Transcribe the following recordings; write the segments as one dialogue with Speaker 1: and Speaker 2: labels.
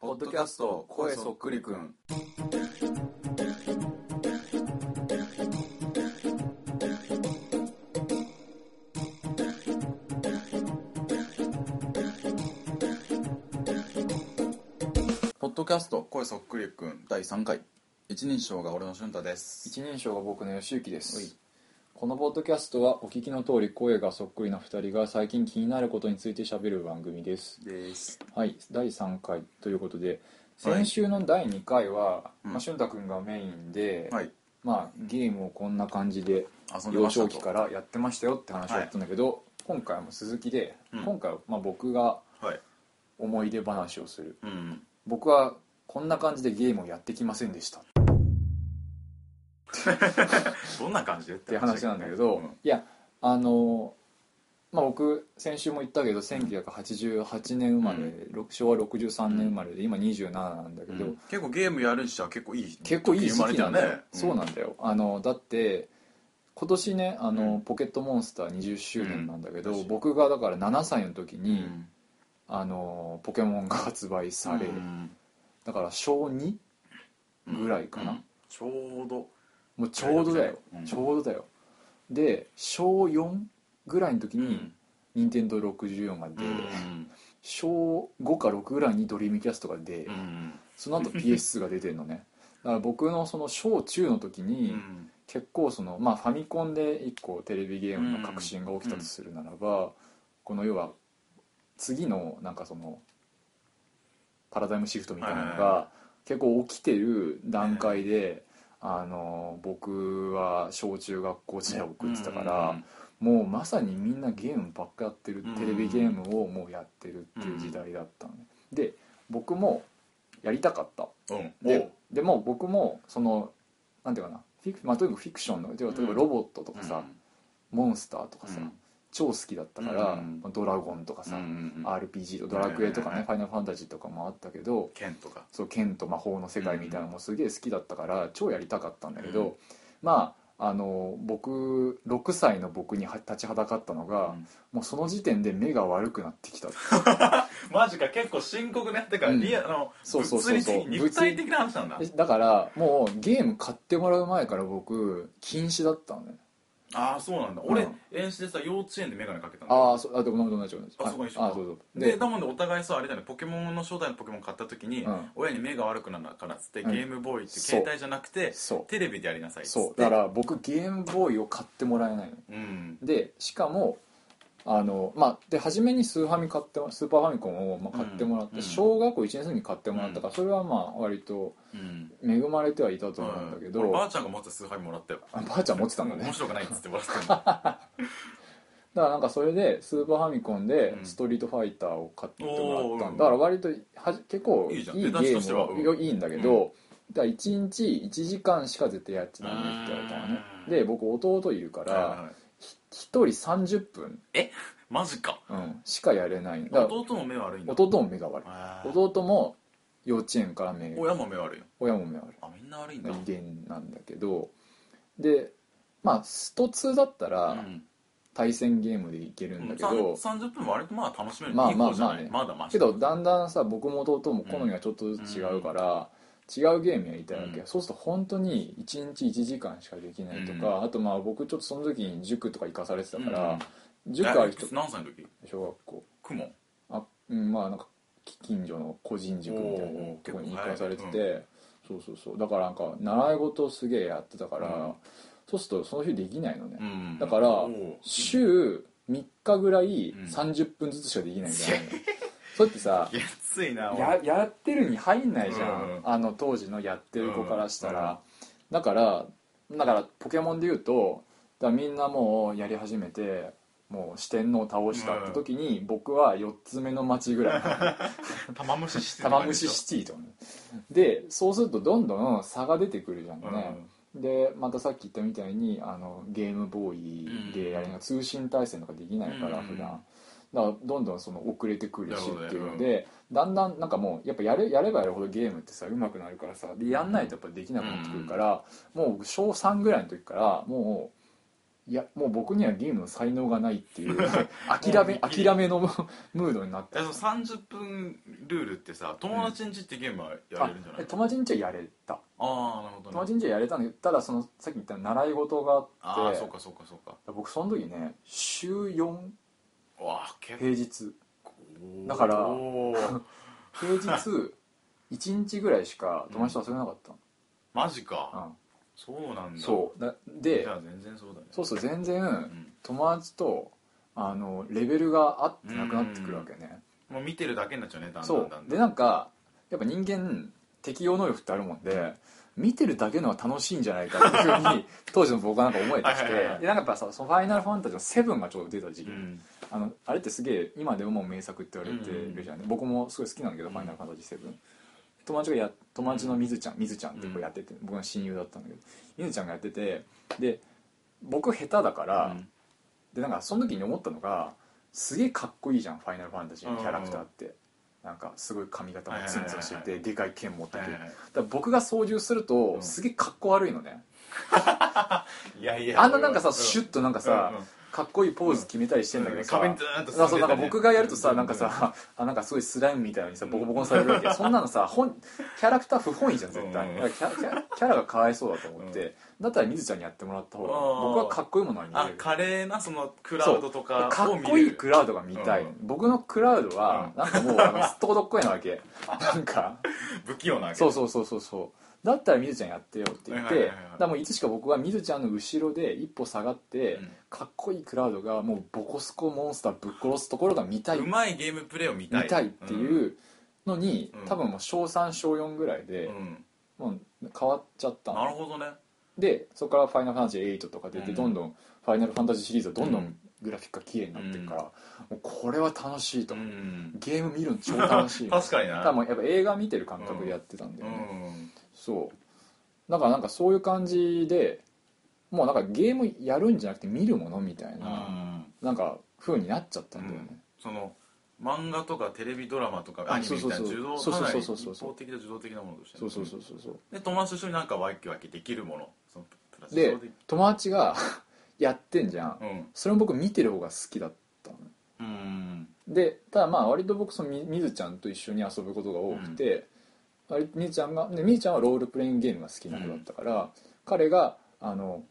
Speaker 1: ドキャスト声そっくりくん。ポッドキャスト声そっくりくん第3回一人称が俺の俊太です。
Speaker 2: 一人称が僕の吉行です、
Speaker 1: はい
Speaker 2: このポッドキャストはお聞きの通り声がそっくりな2人が最近気になることについてしゃべる番組です
Speaker 1: です。
Speaker 2: はい第3回ということで
Speaker 1: はい
Speaker 2: 先週の第2回は、
Speaker 1: うん
Speaker 2: まあ、俊太君がメインで、
Speaker 1: はい。
Speaker 2: まあ、ゲームをこんな感じで
Speaker 1: 遊んで
Speaker 2: 幼
Speaker 1: ましたと
Speaker 2: 少期からやってましたよって話をやったんだけど、今回も鈴木で、
Speaker 1: うん
Speaker 2: 今回はまあ僕が
Speaker 1: はい。
Speaker 2: 思い出話をする
Speaker 1: うん。
Speaker 2: 僕はこんな感じでゲームをやってきませんでしたっ
Speaker 1: どんな感じでって
Speaker 2: 話なんだけど、
Speaker 1: うん
Speaker 2: いやあのまあ僕先週も言ったけど1988年生まれ、ろ昭和63年生まれで今27なんだけど、
Speaker 1: うん結構ゲームやるにしては結構いい
Speaker 2: 結構いい時期なんだよ、そう
Speaker 1: の
Speaker 2: なんだよあのだって今年ねあの、
Speaker 1: うん
Speaker 2: ポケットモンスター20周年なんだけど、
Speaker 1: うん
Speaker 2: 僕がだから7歳の時
Speaker 1: う
Speaker 2: に、
Speaker 1: ん
Speaker 2: あのポケモンが発売され、
Speaker 1: うん
Speaker 2: だから小 2? ぐらいかな
Speaker 1: ちょうど
Speaker 2: もうちょうどだよ、
Speaker 1: うん
Speaker 2: ちょうどだよで小4ぐらいの時
Speaker 1: う
Speaker 2: に、任天堂64が出、
Speaker 1: うん
Speaker 2: 小5か6ぐらいにドリームキャストが出、
Speaker 1: うん
Speaker 2: その後 PS2 が出てる のねだから僕のその小中の時
Speaker 1: う
Speaker 2: に、
Speaker 1: ん
Speaker 2: 結構その、まあ、ファミコンで1個テレビゲームの革新が起きたとするならば、この要は次のなんかそのパラダイムシフトみたいなの
Speaker 1: はいはい
Speaker 2: が結構起きてる段階で、あの僕は小中学校時代を送ってたから、もうまさにみんなゲームばっかやってる、
Speaker 1: うん
Speaker 2: テレビゲームをもうやってるっていう時代だったのね、で僕もやりたかった
Speaker 1: うんうん
Speaker 2: ででも僕もそのなんていうかなフィク、まあ、とにかくフィクションの例えば
Speaker 1: ん
Speaker 2: 例えばロボットと
Speaker 1: お
Speaker 2: かさ、モンスターとかさ、
Speaker 1: うん
Speaker 2: 超好きだったから、
Speaker 1: うん
Speaker 2: まあドラゴンとか
Speaker 1: う
Speaker 2: さ、
Speaker 1: んうん
Speaker 2: RPG とドラクエとかね、
Speaker 1: はい
Speaker 2: ファイナルファンタジーとかもあったけど
Speaker 1: 剣とか
Speaker 2: そう剣と魔法の世界みたいなのもすげえ好きだったから、超やりたかったんだけど、まああの僕6歳の僕には立ちはだかったのが、
Speaker 1: うん
Speaker 2: もうその時点で目が悪くなってきた
Speaker 1: マジか結構深刻ねてか
Speaker 2: うん
Speaker 1: リアあの
Speaker 2: そうそうそうそう
Speaker 1: 物理的肉体的な話なんだ
Speaker 2: でだからもうゲーム買ってもらう前から僕禁止だったのね
Speaker 1: ああそうなんだ
Speaker 2: う
Speaker 1: 俺
Speaker 2: ん
Speaker 1: 遠視でさ幼稚園で眼鏡かけたんだよ
Speaker 2: ああそうあでも同じ同じ
Speaker 1: あ
Speaker 2: 同
Speaker 1: そこ一
Speaker 2: じ
Speaker 1: 緒か
Speaker 2: あそうそう
Speaker 1: でだもんでお互いさあれだよねポケモンの初代のポケモン買った時に、
Speaker 2: うん
Speaker 1: 親に目が悪くなるからっつって、
Speaker 2: うん
Speaker 1: ゲームボーイって
Speaker 2: そう
Speaker 1: 携帯じゃなくて
Speaker 2: そう
Speaker 1: テレビでやりなさいっつって
Speaker 2: そうだから僕ゲームボーイを買ってもらえないの
Speaker 1: うん
Speaker 2: でしかもあのまあで初めにスーファミ買ってもスーパーファミコンをまあ買ってもらって、
Speaker 1: うん
Speaker 2: 小学校1年生に買ってもらったから、それはまあ割と
Speaker 1: うん
Speaker 2: 恵まれてはいたと思うんだけど、
Speaker 1: 俺ば
Speaker 2: あ
Speaker 1: あちゃんが持ってた崇拝もらったよ
Speaker 2: ばあちゃん持ってたんだね
Speaker 1: 面白くないっつってもらったの
Speaker 2: だからなんかそれでスーパーファミコンで
Speaker 1: うん
Speaker 2: ストリートファイターを買ってもらった
Speaker 1: おーうん
Speaker 2: んだから割とはじ結構
Speaker 1: い
Speaker 2: い
Speaker 1: い
Speaker 2: い
Speaker 1: じ
Speaker 2: ゲ
Speaker 1: ゃん出だしとして
Speaker 2: ーム
Speaker 1: は
Speaker 2: は
Speaker 1: うん
Speaker 2: いやいいんだけどだから1日1時間しか絶対やっちゃダメって言われたのね
Speaker 1: うん
Speaker 2: で僕弟いるか
Speaker 1: はい
Speaker 2: ら
Speaker 1: はい
Speaker 2: ひ1人30分、
Speaker 1: マジか
Speaker 2: うん、しかやれないだから
Speaker 1: 弟も目悪いんだ
Speaker 2: 弟も目が悪い
Speaker 1: あー
Speaker 2: 弟も幼稚園から目
Speaker 1: 親も目悪いの
Speaker 2: 親も目悪い
Speaker 1: あみんな悪いんだ
Speaker 2: 遺伝なんだけどでまあスト2だった
Speaker 1: う
Speaker 2: ら
Speaker 1: ん
Speaker 2: 対戦ゲームでいけるんだけど、
Speaker 1: さん30分割とまあ楽しめる
Speaker 2: まあ
Speaker 1: いい方じゃ
Speaker 2: まあま
Speaker 1: な
Speaker 2: あ
Speaker 1: い
Speaker 2: ね
Speaker 1: まだマシ
Speaker 2: けどだんだんさ僕も弟も好みがちょっとずつ違うから、違うゲームやりたいわけ、
Speaker 1: うん
Speaker 2: そうすると本当に1日1時間しかできないとか、あとまあ僕ちょっとその時に塾とか行かされてたから、塾あ
Speaker 1: あ
Speaker 2: る
Speaker 1: る
Speaker 2: 人
Speaker 1: 何歳の時
Speaker 2: 小学校
Speaker 1: クモ
Speaker 2: あ、うん、まあなんか近所の個人塾みたいなとこに行かされてて、そうそうそうだからなんか習い事をすげえやってたから、
Speaker 1: うん
Speaker 2: そうするとその日できないのね、
Speaker 1: うん
Speaker 2: だから
Speaker 1: おー
Speaker 2: 週3日ぐらい
Speaker 1: うん
Speaker 2: 30分ずつしかできないじゃない、そうやってさ
Speaker 1: きついなおい
Speaker 2: ややってるに入んないじゃん、
Speaker 1: うん
Speaker 2: あの当時のやってる子からしたら、だからだからポケモンで言うとだからみんなもうやり始めてもう四天王倒したって時に、僕は4つ目の町ぐらい
Speaker 1: 玉虫して
Speaker 2: 玉虫シティとでそうするとどんどん差が出てくるじゃん
Speaker 1: う
Speaker 2: ね、
Speaker 1: ん
Speaker 2: でまたさっき言ったみたいにあのゲームボーイでやりながら通信対戦とかできないから、
Speaker 1: うん
Speaker 2: 普段だからどんどんその遅れてくる
Speaker 1: なる
Speaker 2: し
Speaker 1: ほどね
Speaker 2: っていうので、だんだんなんかもうやっぱやれやればやるほどゲームってさ上手くなるからさでやんないとやっぱできなくなってくるから、もう小3ぐらいの時からもういやもう僕にはゲームの才能がないっていう 諦め諦めのムードになって
Speaker 1: えその30分ルールってさ友達ん家ってゲームはや
Speaker 2: あ
Speaker 1: れるんじゃない、
Speaker 2: え友達んちはやれた
Speaker 1: ああなるほど、ね、
Speaker 2: 友達んちはやれたんだけどただそのさっき言った習い事が
Speaker 1: あ
Speaker 2: あっ
Speaker 1: あ
Speaker 2: て
Speaker 1: そうかそうかそうか
Speaker 2: 僕その時ね週4
Speaker 1: うわあ結
Speaker 2: 平日
Speaker 1: 構
Speaker 2: だから
Speaker 1: おー
Speaker 2: 平日1日ぐらいしか友達と遊べなかった
Speaker 1: マジか、
Speaker 2: の、
Speaker 1: そうなん
Speaker 2: うん、
Speaker 1: だ
Speaker 2: そうだ
Speaker 1: じ
Speaker 2: で
Speaker 1: ゃあ全然そうだね
Speaker 2: そうすると全
Speaker 1: う
Speaker 2: 然
Speaker 1: ん
Speaker 2: 友達とあのレベルが合ってなくなってくるわけね
Speaker 1: もう見てるだけになっちゃうねだんだ
Speaker 2: そ
Speaker 1: んだん
Speaker 2: うでなんかやっぱ人間適応能力ってあるもんで見てるだけのは楽しいんじゃないかっていうふうに当時の僕はなんか思えてき
Speaker 1: はいはいはい
Speaker 2: てでなんかやっぱさ「そのファイナルファンタジー」の「7」がちょうど出た時期、
Speaker 1: うん
Speaker 2: あのあれってすげえ今でももう名作って言われてるじゃん、ね僕もすごい好きなんだけど
Speaker 1: うん
Speaker 2: 「ファイナルファンタジー7」友達がや友達のみずちゃんみずちゃんってこうやってて、僕の親友だったんだけどみずちゃんがやっててで僕下手だから、
Speaker 1: うん
Speaker 2: でなんかその時に思ったのがすげえかっこいいじゃん「ファイナルファンタジー」のキャラクターって、なんかすごい髪型もツンツンして
Speaker 1: はいはい
Speaker 2: てでかい剣持ってて、
Speaker 1: はいはい
Speaker 2: だ
Speaker 1: は
Speaker 2: から僕が操縦すると、
Speaker 1: うん
Speaker 2: すげえかっこ悪いのね
Speaker 1: いいやいや
Speaker 2: あんななんかさ、
Speaker 1: うん
Speaker 2: シュッとなんかさ、
Speaker 1: うんうん
Speaker 2: かっこいいポーズ決めたりしてんだけどさ、
Speaker 1: うん壁にずーっと進んでたね
Speaker 2: あそうなんか僕がやるとさ
Speaker 1: うん
Speaker 2: なんかさ、あなんかすごいスライムみたいのにさボコボコにされるわ け、そんなのさ本キャラクター不本意じゃん絶対、
Speaker 1: うん
Speaker 2: だからキャキャキャラがかわいそうだと思って、だったらみずちゃんにやってもらった方が
Speaker 1: あー
Speaker 2: 僕はかっこいいものに見え
Speaker 1: あ
Speaker 2: る
Speaker 1: 華麗なそのクラウドとか
Speaker 2: か
Speaker 1: を見
Speaker 2: っ
Speaker 1: れる
Speaker 2: こいいクラウドが見たい、
Speaker 1: うん
Speaker 2: 僕のクラウドはなんかもうあのすっとこどっこいなわけなんか
Speaker 1: 不器用なわけ
Speaker 2: そうそうそうそうそうだったらみずちゃんやってよって言っ
Speaker 1: はいはい
Speaker 2: て
Speaker 1: はいはい
Speaker 2: だからもういつしか僕はみずちゃんの後ろで一歩下がって、
Speaker 1: うん
Speaker 2: かっこいいクラウドがもうボコスコモンスターぶっ殺すところが見たい
Speaker 1: うんうまいゲームプレイを見たい
Speaker 2: 見たいっていうのに、
Speaker 1: うん
Speaker 2: 多分もう小3小4ぐらいで
Speaker 1: う、ん
Speaker 2: もう変わっちゃったの
Speaker 1: なるほどね
Speaker 2: でそこから「ファイナルファンタジー8」とか出て、
Speaker 1: うん
Speaker 2: どんどん「ファイナルファンタジー」シリーズはどんど
Speaker 1: うん
Speaker 2: グラフィックが綺麗になってるから、もうこれは楽しいと、
Speaker 1: うん
Speaker 2: ゲーム見るの超楽し い
Speaker 1: 確かにな
Speaker 2: 多分やっぱ映画見てる感覚でやってたんだ
Speaker 1: う
Speaker 2: よね、
Speaker 1: ん
Speaker 2: そうだからなんかそういう感じでもうなんかゲームやるんじゃなくて見るものみたいな、なんか風になっちゃったんだよね、
Speaker 1: その漫画とかテレビドラマとかアニメみたいな受動
Speaker 2: そう
Speaker 1: か
Speaker 2: そう
Speaker 1: なり
Speaker 2: そ
Speaker 1: 一
Speaker 2: うそうそうそう
Speaker 1: 方的な受動的なものとしてね
Speaker 2: そうそうそうそうそう
Speaker 1: で友達と一緒になんかワイキワイキできるものそのプラス
Speaker 2: で
Speaker 1: そうで
Speaker 2: 友達が やってんじゃん、
Speaker 1: うん
Speaker 2: それも僕見てる方が好きだったのね
Speaker 1: うん
Speaker 2: でただまあ割と僕そのみみずちゃんと一緒に遊ぶことが多くて、割とみずちゃんがでみずちゃんはロールプレイングゲームが好きな子だったから、彼があの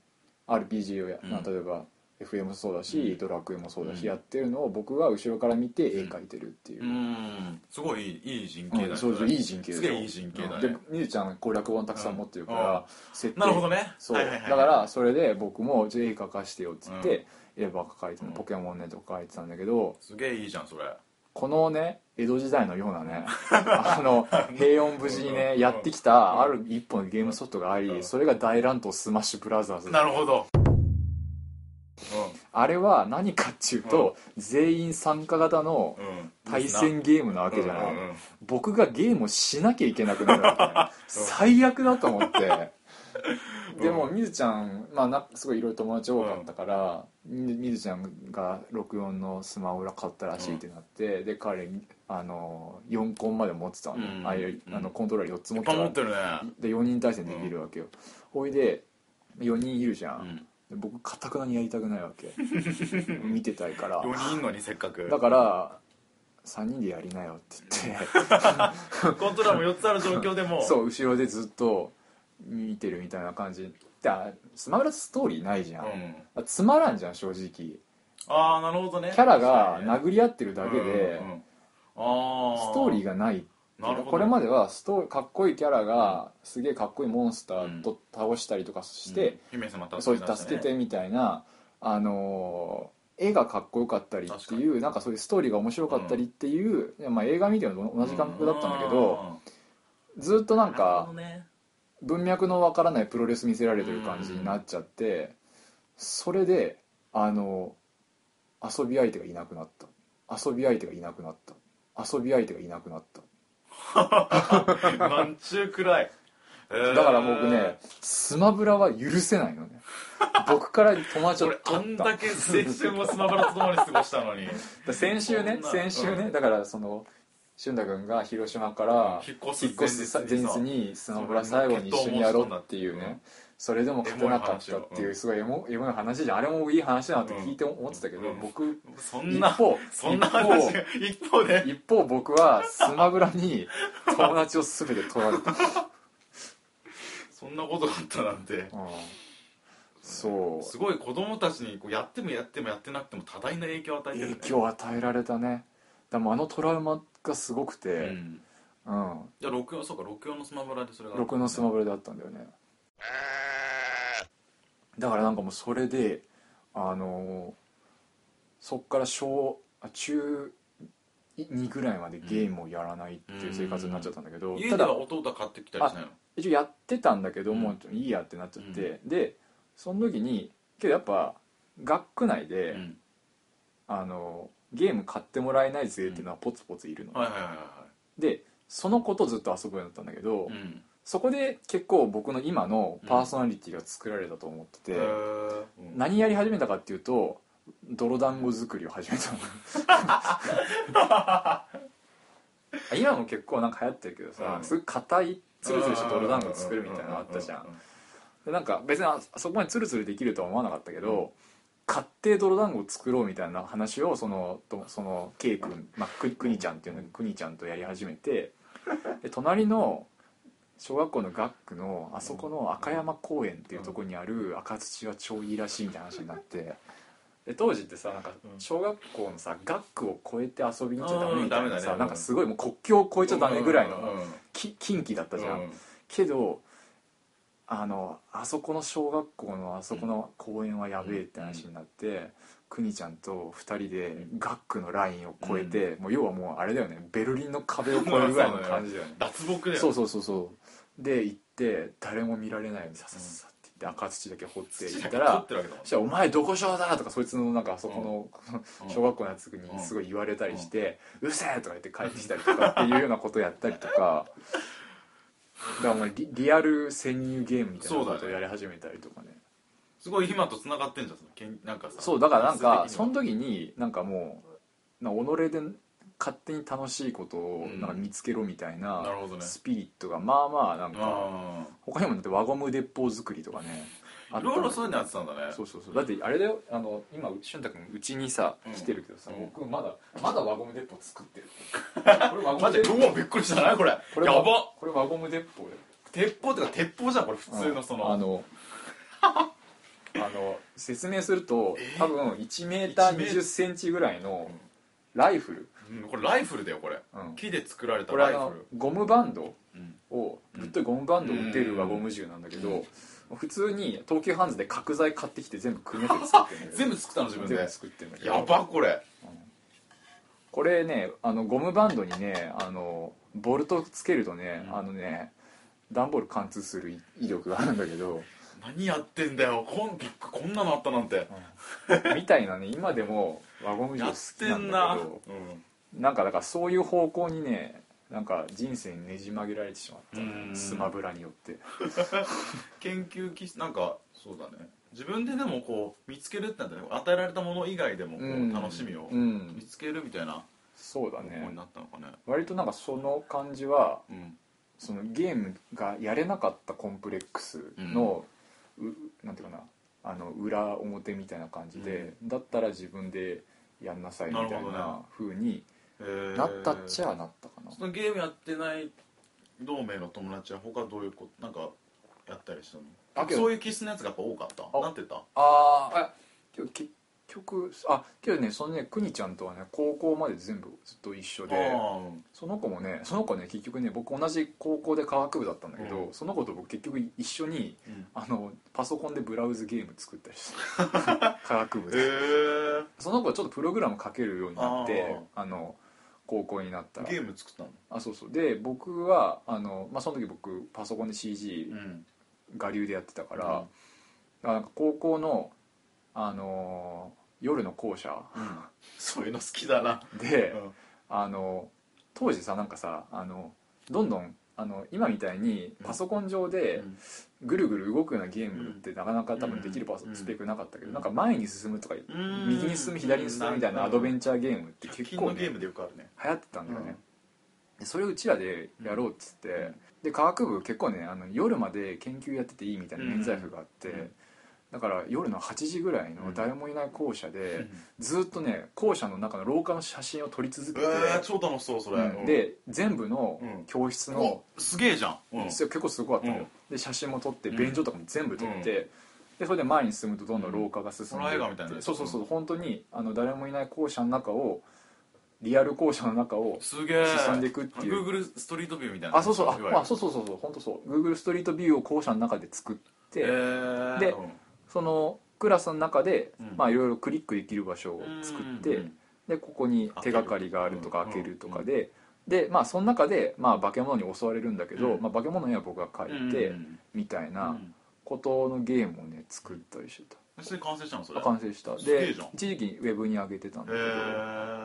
Speaker 2: RPG をや、
Speaker 1: うん
Speaker 2: まあ例えば FM もそうだし、
Speaker 1: うん
Speaker 2: ドラクエもそうだ
Speaker 1: う
Speaker 2: し、
Speaker 1: ん
Speaker 2: やってるのを僕は後ろから見て絵描いてるっていう、
Speaker 1: うんすごいいい人
Speaker 2: うん
Speaker 1: 形だ
Speaker 2: そうそういい人形
Speaker 1: すげえいい人形だ
Speaker 2: で
Speaker 1: ね
Speaker 2: みずちゃん攻略本たくさん持ってるから、
Speaker 1: うん
Speaker 2: 設定
Speaker 1: なるほどね
Speaker 2: そう、
Speaker 1: はいはいはい
Speaker 2: だからそれで僕もじゃあ絵描かしてよっつって、絵ばっか描いて
Speaker 1: うん
Speaker 2: ポケモンねとか描いてたんだけど、
Speaker 1: すげえいいじゃんそれ
Speaker 2: このね江戸時代のよう なねあの平穏無事にねやってきたある一本のゲームソフトがあ
Speaker 1: う
Speaker 2: り
Speaker 1: ん
Speaker 2: それが大乱闘スマッシュブラザーズ
Speaker 1: なるほど
Speaker 2: あれは何かっちゅうと全員参加型の
Speaker 1: うんうん
Speaker 2: 対戦ゲームなわけじゃない
Speaker 1: うんうんうん
Speaker 2: 僕がゲームをしなきゃいけなくなるわけ最悪だと思って
Speaker 1: うん
Speaker 2: でもみずちゃん、まあ、なすごいいろいろ友達多かったから、みみずちゃんが64のスマホが買ったらしいってなって、で彼あの4コンまで持ってたの、
Speaker 1: うん
Speaker 2: ああいうあのコントローラー4つ持
Speaker 1: い
Speaker 2: っ
Speaker 1: って
Speaker 2: た
Speaker 1: ぱい
Speaker 2: の
Speaker 1: 持ってるね
Speaker 2: で4人対戦できるわけよ、ほいで4人いるじゃ、
Speaker 1: うんん
Speaker 2: で僕かたくなにやりたくないわ け見てたいから
Speaker 1: 4人いんのにせっかく
Speaker 2: だから3人でやりなよって言って
Speaker 1: コントローラーも4つある状況でも
Speaker 2: そう後ろでずっと見てるみたいな感じであスマブラストーリーないじゃん、
Speaker 1: うん
Speaker 2: あつまらんじゃん正直キ
Speaker 1: ああなるほどね
Speaker 2: ャラが
Speaker 1: な
Speaker 2: 殴り合ってるだけで、
Speaker 1: ああ
Speaker 2: ストーリー
Speaker 1: が
Speaker 2: がない
Speaker 1: なるほど
Speaker 2: これまではストーかっこいいキャラがすげえかっこいいモンスターと倒したりとかして、
Speaker 1: 姫様助け
Speaker 2: そう
Speaker 1: 出し
Speaker 2: いう助けてみたいな、あのー絵がかっこよかったりって
Speaker 1: 確か
Speaker 2: いうなんかそういうストーリーが面白かったりっていう、いやまあ、映画見てるのと同じ感覚だったんだけど、ずっと
Speaker 1: う
Speaker 2: なんんか
Speaker 1: なるほどね
Speaker 2: 文脈のわからないプロレス見せられてる感じになっちゃって、それであの遊び相手がいなくなった遊び相手がいなくなった遊び相手がいなくなった、
Speaker 1: なんちゅうくらい、えー
Speaker 2: だから僕ねスマブラは許せないのね 僕から友達を
Speaker 1: 俺あ
Speaker 2: 取
Speaker 1: ん
Speaker 2: った
Speaker 1: だけ青春をスマブラと共に過ごしたのに
Speaker 2: 先週
Speaker 1: そ
Speaker 2: ね
Speaker 1: んな
Speaker 2: 先週ね、
Speaker 1: うん
Speaker 2: だからその俊太君が広島から
Speaker 1: 引っ越
Speaker 2: 引っ越す
Speaker 1: す
Speaker 2: 前
Speaker 1: 前日に
Speaker 2: 日
Speaker 1: さ
Speaker 2: にスマブラ最後に一緒にやろうっていう
Speaker 1: うん
Speaker 2: ねそれでも勝てなかったっ
Speaker 1: エモい話を
Speaker 2: ていううんすごいエモエモい話じゃんあれもいい話だなって聞いて思ってたけど
Speaker 1: うん
Speaker 2: 僕
Speaker 1: そん
Speaker 2: 一
Speaker 1: な
Speaker 2: 方
Speaker 1: そんな話が一方で
Speaker 2: 一方僕はスマブラに友達を全て取られた、
Speaker 1: そんなことがあったなんて
Speaker 2: うんそ
Speaker 1: すごい子供たちにこうやってもやってもやってなくても多大な影響を与
Speaker 2: う
Speaker 1: えてる
Speaker 2: 影
Speaker 1: ね
Speaker 2: 響を与えられたねでもあのトラウマがすごく
Speaker 1: う
Speaker 2: て
Speaker 1: ん
Speaker 2: うん、
Speaker 1: じゃあ64そうか64のスマブラでそれが
Speaker 2: 録音のスマ
Speaker 1: ブ
Speaker 2: ブラだったんだよねだからなんかもうそれであのーそっから小あ中2ぐらいまでゲームをやらないっていう生活になっちゃったんだけど、
Speaker 1: 家
Speaker 2: た
Speaker 1: で
Speaker 2: だ
Speaker 1: は弟が買ってきたりしないの
Speaker 2: 一応やってたんだけど、
Speaker 1: うん
Speaker 2: もういいやってなっちゃって、でその時にけどやっぱ学区内で、
Speaker 1: うん
Speaker 2: あのゲーム買ってもらえないぜっていうのはポツポツいるの、
Speaker 1: はいはいはいは
Speaker 2: でその子とずっと遊ぶようになったんだけど、
Speaker 1: いうん
Speaker 2: そこで結構僕の今のパーソナリティが作られたと思ってて、
Speaker 1: へーうん
Speaker 2: 何やり始めたかっていうと泥団子作りを始め たの今も結構なんか流行ってるけどさ、
Speaker 1: うん
Speaker 2: すごい硬いツルツルした泥団子作るみたいなのあったじゃんでなんか別にあそこまでツルツルできるとは思わなかったけど、買って泥団子を作ろうみたいな話をそのとその K 君、まあ、くくにちゃんっていうのくにちゃんとやり始めてで隣の小学校の学区のあそこの赤山公園っていうところにある赤土は超いいらしいみたいな話になってで当時ってさなんか小学校のさ学区を越えて遊びに行っちゃダメみたいな
Speaker 1: うんダメだ
Speaker 2: さ
Speaker 1: ね
Speaker 2: なんかすごいもう国境を越えちゃダメぐらいの
Speaker 1: うん
Speaker 2: き近畿だったじゃん
Speaker 1: う。ん
Speaker 2: けどあのあそこの小学校のあそこの公園はやべえって話になって、くにちゃんと2人で学区のラインを越えて、もう要はもうあれだよねベルリンの壁を越えるぐらいの感じだよね
Speaker 1: 脱獄だよ
Speaker 2: そうそうそうそうで行って誰も見られないようにささささって行って赤土だけ掘って行った
Speaker 1: 撮
Speaker 2: ら
Speaker 1: ってるわけだもん
Speaker 2: そしたら「お前どこ小だ!」とかそいつのなんかあそこの
Speaker 1: うん
Speaker 2: 小学校のやつにすごい言われたりして「うるせえ!」とか言って帰ってきたりとかっていうようなことをやったりと かだからもうリリアル潜入ゲームみたいなこ
Speaker 1: そう
Speaker 2: と
Speaker 1: だ
Speaker 2: を
Speaker 1: ね
Speaker 2: やり始めたりとかね
Speaker 1: すごい今と繋がってんじゃんそのけんなんかさ
Speaker 2: そうだからなんか
Speaker 1: 質的
Speaker 2: そ
Speaker 1: に
Speaker 2: の時になんかもうなんか己で勝手に楽しいことをなんか見つけろみたい
Speaker 1: はなる
Speaker 2: な
Speaker 1: ほどね
Speaker 2: スピリットがまあまあなんか
Speaker 1: あ
Speaker 2: 他にもだって輪ゴム鉄砲作りとかねあ
Speaker 1: あ
Speaker 2: っ
Speaker 1: い
Speaker 2: たんだ
Speaker 1: ろい
Speaker 2: けど
Speaker 1: ろそういうのやってたんだね
Speaker 2: そうそうそうだってあれだよあの今俊太君うちにさ
Speaker 1: うん
Speaker 2: 来てるけどさ、
Speaker 1: うん
Speaker 2: 僕まだまだ輪ゴム鉄砲作ってるこれ輪 ゴ
Speaker 1: マ
Speaker 2: ム
Speaker 1: ジで
Speaker 2: 鉄
Speaker 1: う
Speaker 2: 砲
Speaker 1: わびっくりしたなこれ
Speaker 2: これ
Speaker 1: や
Speaker 2: は
Speaker 1: ば
Speaker 2: これ輪ゴム鉄砲だよ
Speaker 1: 鉄砲ってか鉄砲じゃんこれ普通のそ
Speaker 2: あ
Speaker 1: の
Speaker 2: のあの説明すると多分1メーター2 0センチぐらいのライフル、
Speaker 1: うんこれライフルだよこれ
Speaker 2: うん
Speaker 1: 木で作られた
Speaker 2: これあ
Speaker 1: ライフ
Speaker 2: の
Speaker 1: ル
Speaker 2: ゴムバンド
Speaker 1: うん
Speaker 2: をぶっといゴムバンドを打てる輪ゴム銃なんだけど、普通に東急ハンズで角材買ってきて全部組み合わせて作ってるんだけど
Speaker 1: 全部作ったの自分
Speaker 2: 全
Speaker 1: で
Speaker 2: 部作ってるんだけど
Speaker 1: やばこれ
Speaker 2: これねあのゴムバンドにねあのボルトつけるとね、
Speaker 1: うん
Speaker 2: あのね段ボール貫通する威力があるんだけど、
Speaker 1: 何やってんだよこんびっくこんなのあったなんて
Speaker 2: みたいなね今でも輪ゴム銃
Speaker 1: や
Speaker 2: 好
Speaker 1: って
Speaker 2: きなん
Speaker 1: んな
Speaker 2: だ
Speaker 1: う
Speaker 2: けど
Speaker 1: ん
Speaker 2: なんかだからそういう方向にねなんか人生にねじ曲げられてしまった、
Speaker 1: うん
Speaker 2: スマブラによって
Speaker 1: 研究機なんかそうだね自分ででもこう見つけるってなったら与えられたもの以外でもこ
Speaker 2: うん
Speaker 1: う楽しみを
Speaker 2: うん
Speaker 1: 見つけるみたいな
Speaker 2: そうだ
Speaker 1: 方
Speaker 2: ね
Speaker 1: 向になったのかね
Speaker 2: 割となんかその感じは
Speaker 1: うん
Speaker 2: そのゲームがやれなかったコンプレックスの、うなんていうかなあの裏表みたいな感じで、だったら自分でやんなさいみた
Speaker 1: ないるほど
Speaker 2: な
Speaker 1: ね
Speaker 2: 風に
Speaker 1: えー
Speaker 2: なったっちゃなったかな、
Speaker 1: そのゲームやってない同盟の友達は他どういうことなんかやったりしたの
Speaker 2: あけど
Speaker 1: そういう気質のやつがやっぱ多かった
Speaker 2: あ
Speaker 1: なんて言った
Speaker 2: あーあけど結局あけどねそのねくにちゃんとはね高校まで全部ずっと一緒で
Speaker 1: あー
Speaker 2: その子もねその子ね結局ね僕同じ高校で科学部だったんだけど、
Speaker 1: う
Speaker 2: その子と僕結局一緒に
Speaker 1: うん
Speaker 2: あのパソコンでブラウズゲーム作った りして科学部
Speaker 1: へ
Speaker 2: で。
Speaker 1: え
Speaker 2: その子はちょっとプログラム書けるようになってあの高校になったら
Speaker 1: ゲーム作ったの
Speaker 2: あそうそうで僕はあの、まあ、その時僕パソコンで CG
Speaker 1: ん
Speaker 2: 我流でやってたから,、なんか高校の、あのー夜の校舎
Speaker 1: そういうの好きだな
Speaker 2: で、
Speaker 1: うん
Speaker 2: あの当時さなんかさあのどんどんあの今みたいにパソコン上でぐるぐる動くようなゲームってなかなか多分できるパソ
Speaker 1: うん
Speaker 2: スペックなかったけど
Speaker 1: うん
Speaker 2: なんか前に進むとか
Speaker 1: うん
Speaker 2: 右に進む左に進むみたいなアドベンチャーゲームって
Speaker 1: 100
Speaker 2: 結
Speaker 1: 均
Speaker 2: 構
Speaker 1: の
Speaker 2: ね
Speaker 1: ゲームでよくあるね
Speaker 2: 流行ってたんだよね、でそれうちらでやろうっつって、
Speaker 1: うん
Speaker 2: で科学部結構ねあの夜まで研究やってていいみたいな免罪符があって、
Speaker 1: うん
Speaker 2: だから夜の8時ぐらいの誰もいない校舎で、ずっとね校舎の中の廊下の写真を撮り続けて、
Speaker 1: えー、超楽しそうそれ、
Speaker 2: うんで全部の
Speaker 1: うん
Speaker 2: 教室の、
Speaker 1: おすげえじゃん、うん
Speaker 2: それ結構すごかったのよ、
Speaker 1: うん
Speaker 2: で写真も撮って
Speaker 1: うん
Speaker 2: 便所とかも全部撮って、
Speaker 1: うん
Speaker 2: でそれで前に進むとどんどん廊下が進んで
Speaker 1: ホラー映画み
Speaker 2: って
Speaker 1: たいなね
Speaker 2: そうそうそう本当にあの誰もいない校舎の中をリアル校舎の中を
Speaker 1: すげえ
Speaker 2: 進んでいくっていう
Speaker 1: Google ストリートビューみたいな
Speaker 2: あそうそう
Speaker 1: いわゆ
Speaker 2: あ
Speaker 1: る
Speaker 2: あそうそうそうそう本当そう Google ストリートビューを校舎の中で作って、
Speaker 1: えー
Speaker 2: で
Speaker 1: うん
Speaker 2: そのクラスの中で、
Speaker 1: うん
Speaker 2: まあいろいろクリックできる場所を作って、
Speaker 1: うん
Speaker 2: でここに手がかりがあるとか
Speaker 1: 開
Speaker 2: 開
Speaker 1: け
Speaker 2: け
Speaker 1: る
Speaker 2: るとかで、でまあその中で、まあ、化け物に襲われるんだけど、
Speaker 1: うん
Speaker 2: まあ、化け物には僕が書
Speaker 1: うん
Speaker 2: いて、
Speaker 1: うん
Speaker 2: みたいうなんことのゲームをね作ったりして
Speaker 1: それ完成したのそ
Speaker 2: た
Speaker 1: れ
Speaker 2: 完成した
Speaker 1: すげえ
Speaker 2: で
Speaker 1: じゃん
Speaker 2: 一時期ウェブに上げてたんだ
Speaker 1: へ
Speaker 2: け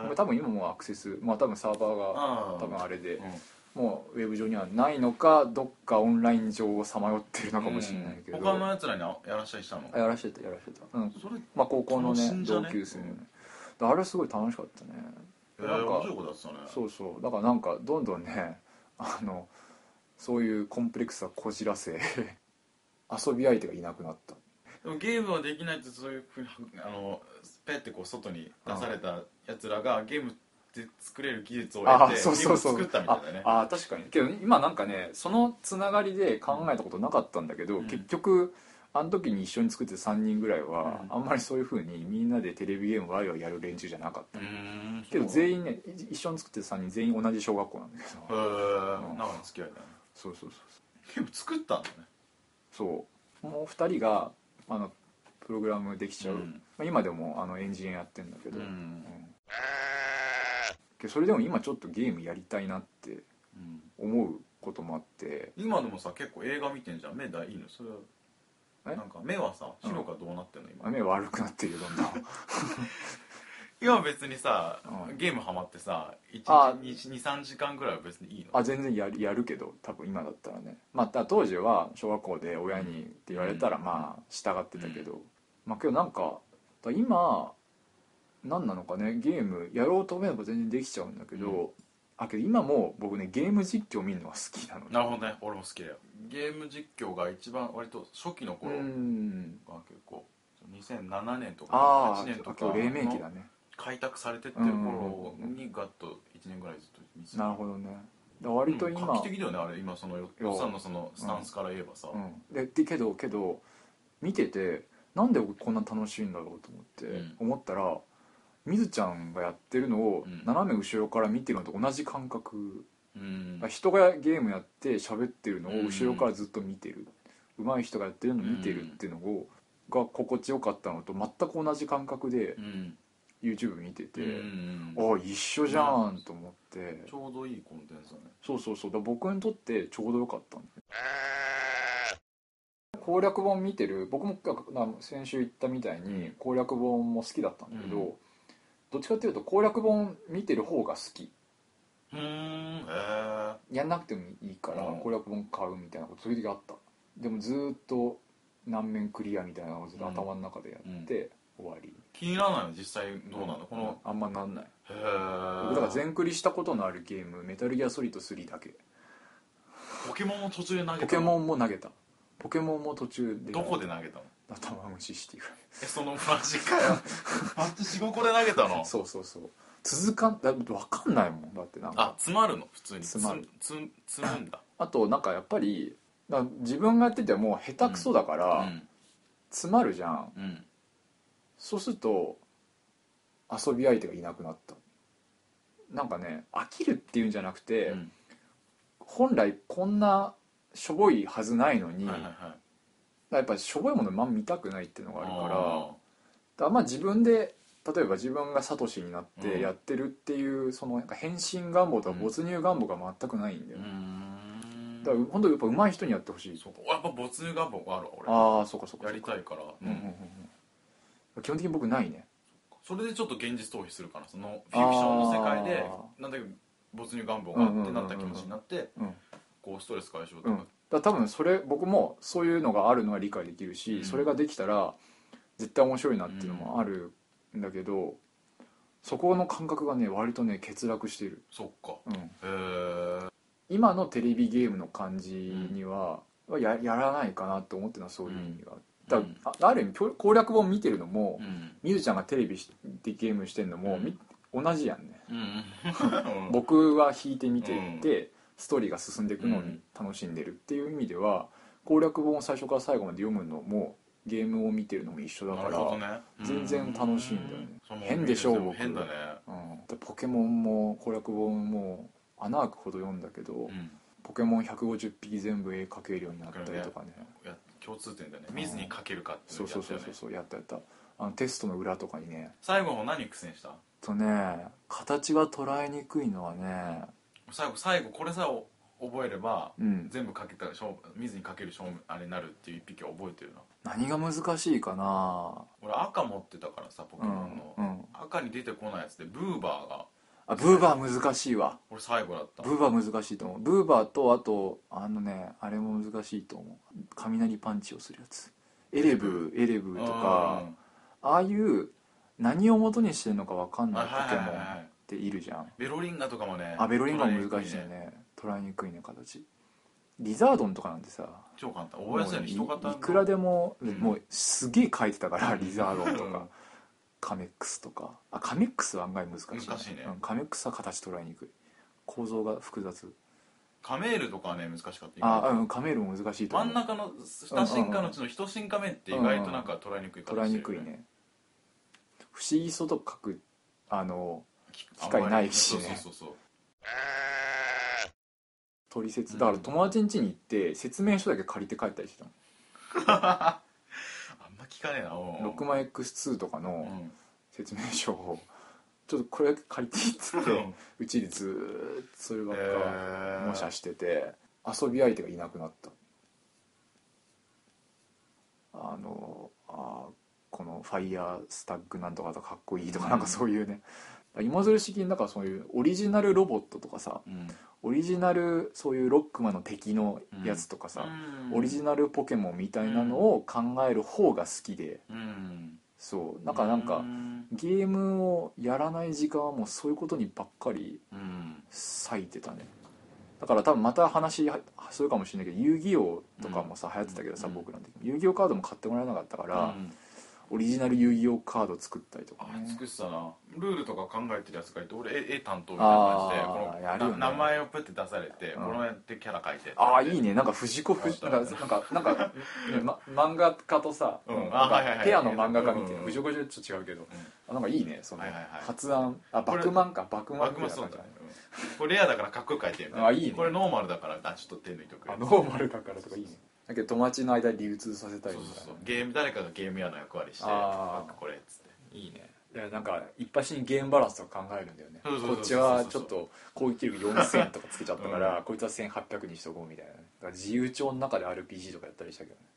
Speaker 2: ど、
Speaker 1: え
Speaker 2: 多分今もうアクセス、まあ、多分サーバーが
Speaker 1: あー
Speaker 2: 多分あれで
Speaker 1: うん
Speaker 2: もうウェブ上にはないのかどっかオンライン上をさまよってるのかもしれないけど、
Speaker 1: うん他のやつらにやらしたりしたの
Speaker 2: あやらしてたやらしてた、うん
Speaker 1: それ
Speaker 2: まあ、高校のね
Speaker 1: 楽しんじゃ
Speaker 2: 同
Speaker 1: ね
Speaker 2: 級生のねであれすごい楽しかったね
Speaker 1: え
Speaker 2: なん
Speaker 1: ー
Speaker 2: か
Speaker 1: 面白いことやってたね
Speaker 2: そうそうだからなんかどんどんね あのそういうコンプレックスはこじらせ 遊び相手がいなくなった
Speaker 1: でもゲームはできないってそういうふうにあのペッてこう外に出されたやつらがゲームで作れる技術を得
Speaker 2: あ
Speaker 1: て
Speaker 2: そうそうそう
Speaker 1: ゲーム作ったみたいだね
Speaker 2: ああ確かにけど今なんかねそのつながりで考えたことなかったんだけど、
Speaker 1: うん
Speaker 2: 結局あの時に一緒に作ってた3人ぐらいは、
Speaker 1: うん
Speaker 2: あんまりそういうふうにみんなでテレビゲームワイワイやる連中じゃなかった、
Speaker 1: うーん
Speaker 2: けど
Speaker 1: 員
Speaker 2: 全員ねい一緒に作ってた3人全員同じ小学校なんだけど
Speaker 1: へえ長
Speaker 2: うん
Speaker 1: の付き合いだね
Speaker 2: そうそうそう
Speaker 1: ゲーム作ったんだね
Speaker 2: そうもう2人があのプログラムできちゃう、
Speaker 1: うん
Speaker 2: まあ、今でもあのエンジニアやってんだけど、
Speaker 1: ん
Speaker 2: けどそれでも今ちょっとゲームやりたいなって
Speaker 1: うん
Speaker 2: 思うこともあって
Speaker 1: 今でもさ結構映画見てんじゃん目大いいのそれは
Speaker 2: え
Speaker 1: なんか目はさ視力はどうなってんの今
Speaker 2: 目悪くなってるよどんどん
Speaker 1: 今別にさ
Speaker 2: うん
Speaker 1: ゲームハマってさ
Speaker 2: あ
Speaker 1: 23時間ぐらいは別にいいの
Speaker 2: あ全然やるやるけど多分今だったらねまあだから当時は小学校で親にって言われたら
Speaker 1: うん
Speaker 2: まあ従ってたけど、まあけどなんかだから今何なのかねゲームやろうと思えば全然できちゃうんだけど、
Speaker 1: う
Speaker 2: あけど今も僕ねゲーム実況見るのが好きなの
Speaker 1: なるほどね俺も好きだよゲーム実況が一番割と初期の
Speaker 2: う
Speaker 1: 頃
Speaker 2: ん
Speaker 1: が結構2007年とか
Speaker 2: あ
Speaker 1: 8
Speaker 2: ー
Speaker 1: 年と
Speaker 2: あ
Speaker 1: か
Speaker 2: 今日黎明期だね
Speaker 1: 開拓されてってる頃にガッと1年ぐらいずっと見てた
Speaker 2: なるほどねだから割と
Speaker 1: うん
Speaker 2: 今、
Speaker 1: 画期的だよねあれ今そのよ
Speaker 2: や
Speaker 1: っさんのそのスタンスから言えばさ
Speaker 2: うん、ででけどけど見ててなんで僕こんな楽しいんだろうと思って、
Speaker 1: うん
Speaker 2: 思ったらみずちゃんがやってるのを
Speaker 1: うん
Speaker 2: 斜め後ろから見てるのと同じ感覚、
Speaker 1: うん
Speaker 2: 人がゲームやって喋ってるのを
Speaker 1: うん
Speaker 2: 後ろからずっと見てる、上手い人がやってるのを見てるっていうのを、が心地よかったのと全く同じ感覚で
Speaker 1: うん
Speaker 2: YouTube 見てて、
Speaker 1: うん
Speaker 2: ああ一緒じゃんと思って、
Speaker 1: ちょうどいいコンテンツだね
Speaker 2: そうそうそうだから僕にとってちょうどよかったんだ攻略本見てる僕もな先週言ったみたいに攻略本も好きだったんだけど、
Speaker 1: うん
Speaker 2: どっちかっていうと攻略本見てる方が好き
Speaker 1: うーんへえ
Speaker 2: やんなくてもいいから
Speaker 1: うん
Speaker 2: 攻略本買うみたいなことそういう時あったでもずーっと難面クリアみたいなのをずっと頭の中でやって終わり、
Speaker 1: 気にならないの実際どうなのこの
Speaker 2: あんまなんない
Speaker 1: へ
Speaker 2: 僕だから
Speaker 1: え
Speaker 2: 全クリしたことのあるゲーム「メタルギアソリッド3」だけ
Speaker 1: ポケモンを途中で投げた
Speaker 2: ポケモ
Speaker 1: ン
Speaker 2: ンも投げたポケモンも途中で
Speaker 1: どこで投げたの
Speaker 2: 頭打ちしていく
Speaker 1: えそのマジか よマジ45個で投げたの
Speaker 2: そうそうそう続かんだ分かんないもんだってなん
Speaker 1: あ
Speaker 2: か
Speaker 1: 詰まるの普通に
Speaker 2: 詰まる
Speaker 1: つんつん積むんだ
Speaker 2: あとなんかやっぱりだ自分がやってても下手くそだから、
Speaker 1: うん
Speaker 2: 詰まるじゃん
Speaker 1: うん
Speaker 2: そうすると遊び相手がいなくなったなんかね飽きるっていうんじゃなくて、
Speaker 1: うん
Speaker 2: 本来こんなしょぼいはずないのに、
Speaker 1: はいはいはい
Speaker 2: やっぱしょぼいものまんま見たくないっていうのがあるから
Speaker 1: あ
Speaker 2: だまあ自分で例えば自分がサトシになって
Speaker 1: うん
Speaker 2: やってるっていう、そのなんか変身願望とか
Speaker 1: うん
Speaker 2: 没入願望が全くないんだ
Speaker 1: ー
Speaker 2: よ
Speaker 1: うー
Speaker 2: ね、
Speaker 1: ん
Speaker 2: だから本当やっぱ上手い人にやってほしい
Speaker 1: そうかやっぱ没入願望がある俺
Speaker 2: ああそうかそうか
Speaker 1: やりた
Speaker 2: い、
Speaker 1: いから
Speaker 2: うんうんうんうん、基本的に僕ないね
Speaker 1: それでちょっと現実逃避するからそのフィクションの世界で
Speaker 2: あ
Speaker 1: なんだけ没入願望があってなった気持ちになって
Speaker 2: うんうんうんうんうん
Speaker 1: こうストレス解消と
Speaker 2: うん、
Speaker 1: か
Speaker 2: だから多分それ僕もそういうのがあるのは理解できるし、
Speaker 1: うん
Speaker 2: それができたら絶対面白いなっていうのもあるんだけど、そこの感覚がね割とね欠落している、
Speaker 1: そっか
Speaker 2: うん、
Speaker 1: へえ
Speaker 2: 今のテレビゲームの感じには、ややらないかなと思ってるのはそういう意味がある、だからあある意味攻攻略本見てるのも、
Speaker 1: うん
Speaker 2: みゆちゃんがテレビしでゲームしてんのも、み同じやんね
Speaker 1: うん うん
Speaker 2: 僕は引いて見てて、ストーリーが進んでいくのに楽しんでるっていう意味では攻略本を最初から最後まで読むのもゲームを見てるのも一緒だ
Speaker 1: な
Speaker 2: か
Speaker 1: るほど
Speaker 2: ら、
Speaker 1: ね
Speaker 2: 全然楽しいんだよね
Speaker 1: うんその
Speaker 2: 変でしょう僕
Speaker 1: 変だね
Speaker 2: うん、でポケモンも攻略本も穴開くほど読んだけど、
Speaker 1: うん
Speaker 2: ポケモン150匹全部絵描けるようになったりとかね
Speaker 1: いや共通点だね見ずにかけるかってい
Speaker 2: そう
Speaker 1: の
Speaker 2: そう
Speaker 1: やつだよね
Speaker 2: そうそうそうやったやったあのテストの裏とかにね
Speaker 1: 最後も何苦戦した
Speaker 2: とね形が捉えにくいのはね
Speaker 1: 最後最後これさえ覚えれば
Speaker 2: うん
Speaker 1: 全部かけた勝負見ずにかける勝負あれになるっていう一匹は覚えてるな
Speaker 2: 何が難しいかな
Speaker 1: 俺赤持ってたからさポケ
Speaker 2: う
Speaker 1: モ
Speaker 2: ん
Speaker 1: ンの、
Speaker 2: うん
Speaker 1: 赤に出てこないやつでブーバーが
Speaker 2: あブーバー難しいわ
Speaker 1: 俺最後だった
Speaker 2: ブーバー難しいと思うブーバーとあとあのねあれも難しいと思う雷パンチをするやつエレブーエレブーとかああいう何を元にしてるのか分かん
Speaker 1: うん
Speaker 2: な
Speaker 1: はいい
Speaker 2: ポ
Speaker 1: はい
Speaker 2: ケ
Speaker 1: は
Speaker 2: モン
Speaker 1: いは
Speaker 2: っ
Speaker 1: い
Speaker 2: ているじゃん
Speaker 1: ベロリンガとかもね
Speaker 2: アベロリンガも難しいよ
Speaker 1: 捉えにく
Speaker 2: ね捉えにくいね形リザードンとかなんてさ
Speaker 1: 超簡単覚えやすいようにしとかった
Speaker 2: もういいくら
Speaker 1: で
Speaker 2: でも、
Speaker 1: うん
Speaker 2: もうすげえ書いてたからリザードンと
Speaker 1: う
Speaker 2: か
Speaker 1: ん
Speaker 2: カメックスとかあカメックスは案外難しい,、
Speaker 1: 難しいね
Speaker 2: うんカメックスは形捉えにくい構造が複雑
Speaker 1: カメールとかはね難しかった
Speaker 2: あうんカメールも難しいと
Speaker 1: 真
Speaker 2: 思うん
Speaker 1: 中の2進化のうちの1進化目って意外となんか捉えにくい形してるよ
Speaker 2: 捉えにくいね不思議そうと書くあの機
Speaker 1: あん
Speaker 2: 会
Speaker 1: ま
Speaker 2: な
Speaker 1: り
Speaker 2: いしね
Speaker 1: そうそうそうそう
Speaker 2: 取説
Speaker 1: うん
Speaker 2: だから友達ん家に行って説明書だけ借りて帰ったりしてた
Speaker 1: あんま聞かねえなお
Speaker 2: の 6x2 とか
Speaker 1: う
Speaker 2: の
Speaker 1: ん
Speaker 2: 説明書をちょっとこれだけ借りていいっつって うちでずーっとそればっか模写してて遊び相手がいなくなったあのあーこのファイヤースタッグなんとかとかかっこいいとかなんかそういうね芋づる式になんかそういうオリジナルロボットとかさ
Speaker 1: うん
Speaker 2: オリジナルそういうロックマンの敵のやつとかさ、オリジナルポケモンみたいなのを考える方が好きで
Speaker 1: うん
Speaker 2: そうなんかなんか
Speaker 1: うん
Speaker 2: ゲームをやらない時間はもうそういうことにばっかり
Speaker 1: うん
Speaker 2: 割いてたねだから多分また話はするかもしれないけど遊戯王とかもさ流行ってたけどさ、
Speaker 1: うん
Speaker 2: 僕らの時遊戯王カードも買ってもらえなかったから、
Speaker 1: うん
Speaker 2: オリジナル遊戯王カード作ったりとか
Speaker 1: あ
Speaker 2: ね
Speaker 1: 作ってたなルールとか考えてるやつがいて俺絵絵担当みたい
Speaker 2: あー
Speaker 1: な
Speaker 2: や
Speaker 1: 感
Speaker 2: る
Speaker 1: じで
Speaker 2: よ
Speaker 1: こ
Speaker 2: ね
Speaker 1: のな名前をプって出されて
Speaker 2: うん
Speaker 1: このやってキャラ書いて
Speaker 2: ああいいねなんか藤子不二
Speaker 1: あ
Speaker 2: なんかなんかなんか、ねま、漫画家とさ、
Speaker 1: うん
Speaker 2: なん
Speaker 1: あ
Speaker 2: か
Speaker 1: はいはいはい
Speaker 2: ペアの漫画家みたい
Speaker 1: うんう
Speaker 2: なん藤子不二雄ちょっと違うけど、あなんかいいねその、
Speaker 1: はいはいはい
Speaker 2: 発案あ
Speaker 1: これ
Speaker 2: 爆満か爆満
Speaker 1: バ
Speaker 2: み
Speaker 1: クマ
Speaker 2: たいな
Speaker 1: ス
Speaker 2: 感
Speaker 1: だ
Speaker 2: じだね
Speaker 1: これレアだからかっこよく書いてる
Speaker 2: あいいね
Speaker 1: これノーマルだからあちょっと手抜いとく
Speaker 2: あノーマルだからとかいいねだけど友達の間に流通させた
Speaker 1: そう
Speaker 2: り
Speaker 1: そう
Speaker 2: みたいな
Speaker 1: そうゲーム誰かがゲーム屋の役割して
Speaker 2: あー
Speaker 1: バックこれっつって
Speaker 2: いいねいやなんか一発にゲームバランスとか考えるんだよね
Speaker 1: そうそうそうそう
Speaker 2: こっちはちょっと攻撃力4000とかつけちゃったから、こいつは1800にしとこうみたいなねだから自由帳の中で RPG とかやったりしたけ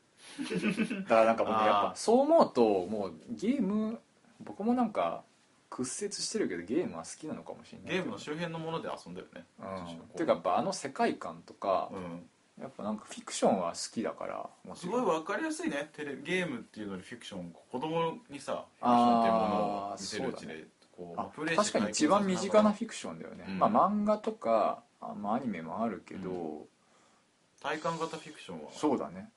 Speaker 2: どねだからなんかもうね
Speaker 1: あー
Speaker 2: やっぱそう思うともうゲーム僕もなんか屈折してるけどゲームは好きなのかもしれない
Speaker 1: ゲームの周辺のもので遊んでるね
Speaker 2: うんていうかやっぱあの世界観とか、
Speaker 1: うん
Speaker 2: やっぱなんかフィクションは好きだからもち
Speaker 1: す
Speaker 2: ろん
Speaker 1: ごい分かりやすいねテレゲームっていうのにフィクション子供にさフィクションっていうものを
Speaker 2: あー
Speaker 1: 見せるうちでこう
Speaker 2: あ
Speaker 1: プレイして
Speaker 2: 確かに一番身近なフィクションだよね、
Speaker 1: うん
Speaker 2: まあ漫画とかあまあアニメもあるけど、
Speaker 1: 体感型フィクションは
Speaker 2: そうだね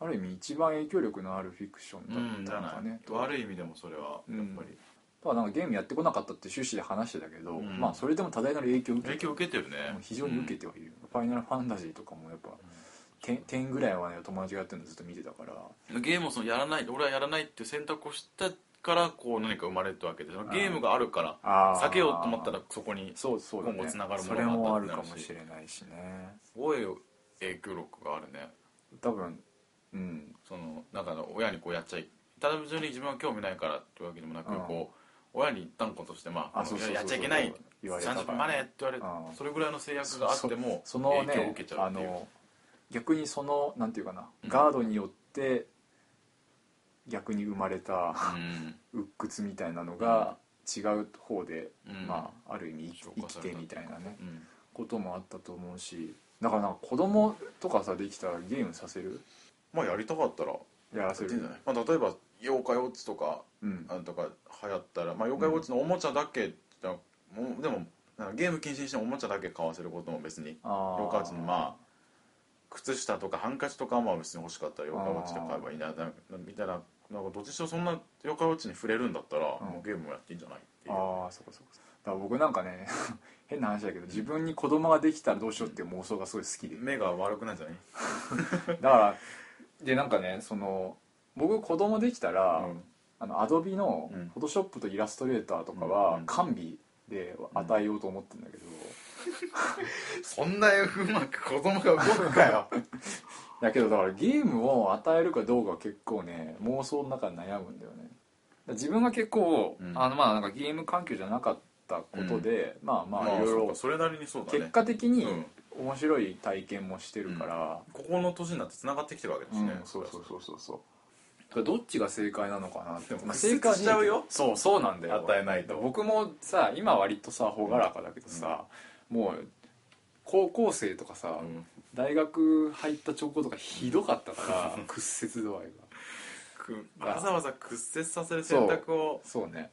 Speaker 2: ある意味一番影響力のあるフィクショ
Speaker 1: うん
Speaker 2: ン
Speaker 1: じ
Speaker 2: だ
Speaker 1: ゃ
Speaker 2: ったのか
Speaker 1: な
Speaker 2: ね、
Speaker 1: い悪い意味でもそれはやっぱり
Speaker 2: ただなんかゲームやってこなかったって趣旨で話してたけど、
Speaker 1: うん
Speaker 2: まあそれでも多大なる影響を受け
Speaker 1: 影
Speaker 2: て
Speaker 1: 響受けてるね
Speaker 2: もう非常に受けてはいる、ファイナルファンタジーとかもやっぱ 10, 10ぐらいはね友達がやってるのずっと見てたから
Speaker 1: うんゲームをそのやらない俺はやらないっていう選択をしたからこう何か生まれたわけでそのゲームがあるから
Speaker 2: あ
Speaker 1: 避けようと思ったらそこに
Speaker 2: そうそうだね
Speaker 1: 今後つながる
Speaker 2: そ
Speaker 1: も
Speaker 2: れ
Speaker 1: の
Speaker 2: も
Speaker 1: が
Speaker 2: あ
Speaker 1: あ
Speaker 2: る
Speaker 1: った
Speaker 2: か
Speaker 1: ってなるし
Speaker 2: もしれないしね
Speaker 1: すごい影響力があるね
Speaker 2: 多分うん
Speaker 1: そのなんか親にこうやっちゃい単純に自分は興味ないからっていうわけでもなく、
Speaker 2: うん
Speaker 1: こう親に言ったんことしてまあ
Speaker 2: あそうそうそうそう
Speaker 1: やっちゃいけない
Speaker 2: 言われたから
Speaker 1: 30分までって言われて、
Speaker 2: うん
Speaker 1: それぐらいの制約があっても
Speaker 2: その
Speaker 1: 影響を
Speaker 2: ね
Speaker 1: 受けちゃ
Speaker 2: あ
Speaker 1: うっていう、
Speaker 2: の逆にそのなんていうかな、
Speaker 1: うん
Speaker 2: ガードによって逆に生まれた
Speaker 1: うん
Speaker 2: 鬱屈みたいなのが違う方で、
Speaker 1: うん
Speaker 2: まあある意味生き
Speaker 1: 消化
Speaker 2: 生き
Speaker 1: され
Speaker 2: て
Speaker 1: た
Speaker 2: みたいなね
Speaker 1: うん
Speaker 2: こともあったと思うしだからなんか子供とかさできたらゲームさせる
Speaker 1: まあやりたかったら
Speaker 2: やらせ
Speaker 1: やってんじゃ
Speaker 2: る
Speaker 1: ないまあ、例えば妖怪ウォッチとか
Speaker 2: うん
Speaker 1: あとか流行ったら、まあ、妖怪ウォッチのおもちゃだけじゃもうでもなんかゲーム禁止にしてもおもちゃだけ買わせることも別に
Speaker 2: あ
Speaker 1: 妖怪ウォッチのまあ靴下とかハンカチとかはまあ別に欲しかったら妖怪ウォッチで買えばいいななみたいななんかどっちにしろそんな妖怪ウォッチに触れるんだったら、
Speaker 2: うん
Speaker 1: もうゲームもやっていいんじゃないっていう
Speaker 2: ああそこそこだから僕なんかね 変な話だけど自分に子供ができたらどうしようっていう妄想がすごい好きで
Speaker 1: 目が悪くないんじゃない
Speaker 2: だからでなんかねその僕子供できたら、
Speaker 1: うん
Speaker 2: あのアドビの
Speaker 1: うん
Speaker 2: フォトショップとイラストレーターとか
Speaker 1: う
Speaker 2: は
Speaker 1: ん
Speaker 2: 完備で与えようと思ってるんだけど、
Speaker 1: そんなうまく子供が動くか よ
Speaker 2: だけどだからゲームを与えるかどうかは結構ね妄想の中で悩むんだよねだから自分が結構、
Speaker 1: うん
Speaker 2: あのまあなんかゲーム環境じゃなかったことで、まあまあいろい
Speaker 1: そう
Speaker 2: ろ
Speaker 1: かそれなりにそうだね
Speaker 2: 結果的に
Speaker 1: うん
Speaker 2: 面白い体験もしてるから、
Speaker 1: ここの年になって繋がってきてるわけです
Speaker 2: うん
Speaker 1: ね、
Speaker 2: そうそうそうそうそうだからどっちが正解なのかなって
Speaker 1: でも
Speaker 2: まあ
Speaker 1: 屈折
Speaker 2: 正解はね
Speaker 1: し
Speaker 2: えけど
Speaker 1: ちゃうよ
Speaker 2: そうそうなんだよ
Speaker 1: 与えないと
Speaker 2: 僕もさ今割とさ朗らかだけどさ、もう高校生とかさ、
Speaker 1: うん
Speaker 2: 大学入った直後とかひどかったから、屈折度合いが
Speaker 1: くわざわざ屈折させる選択を、
Speaker 2: そうね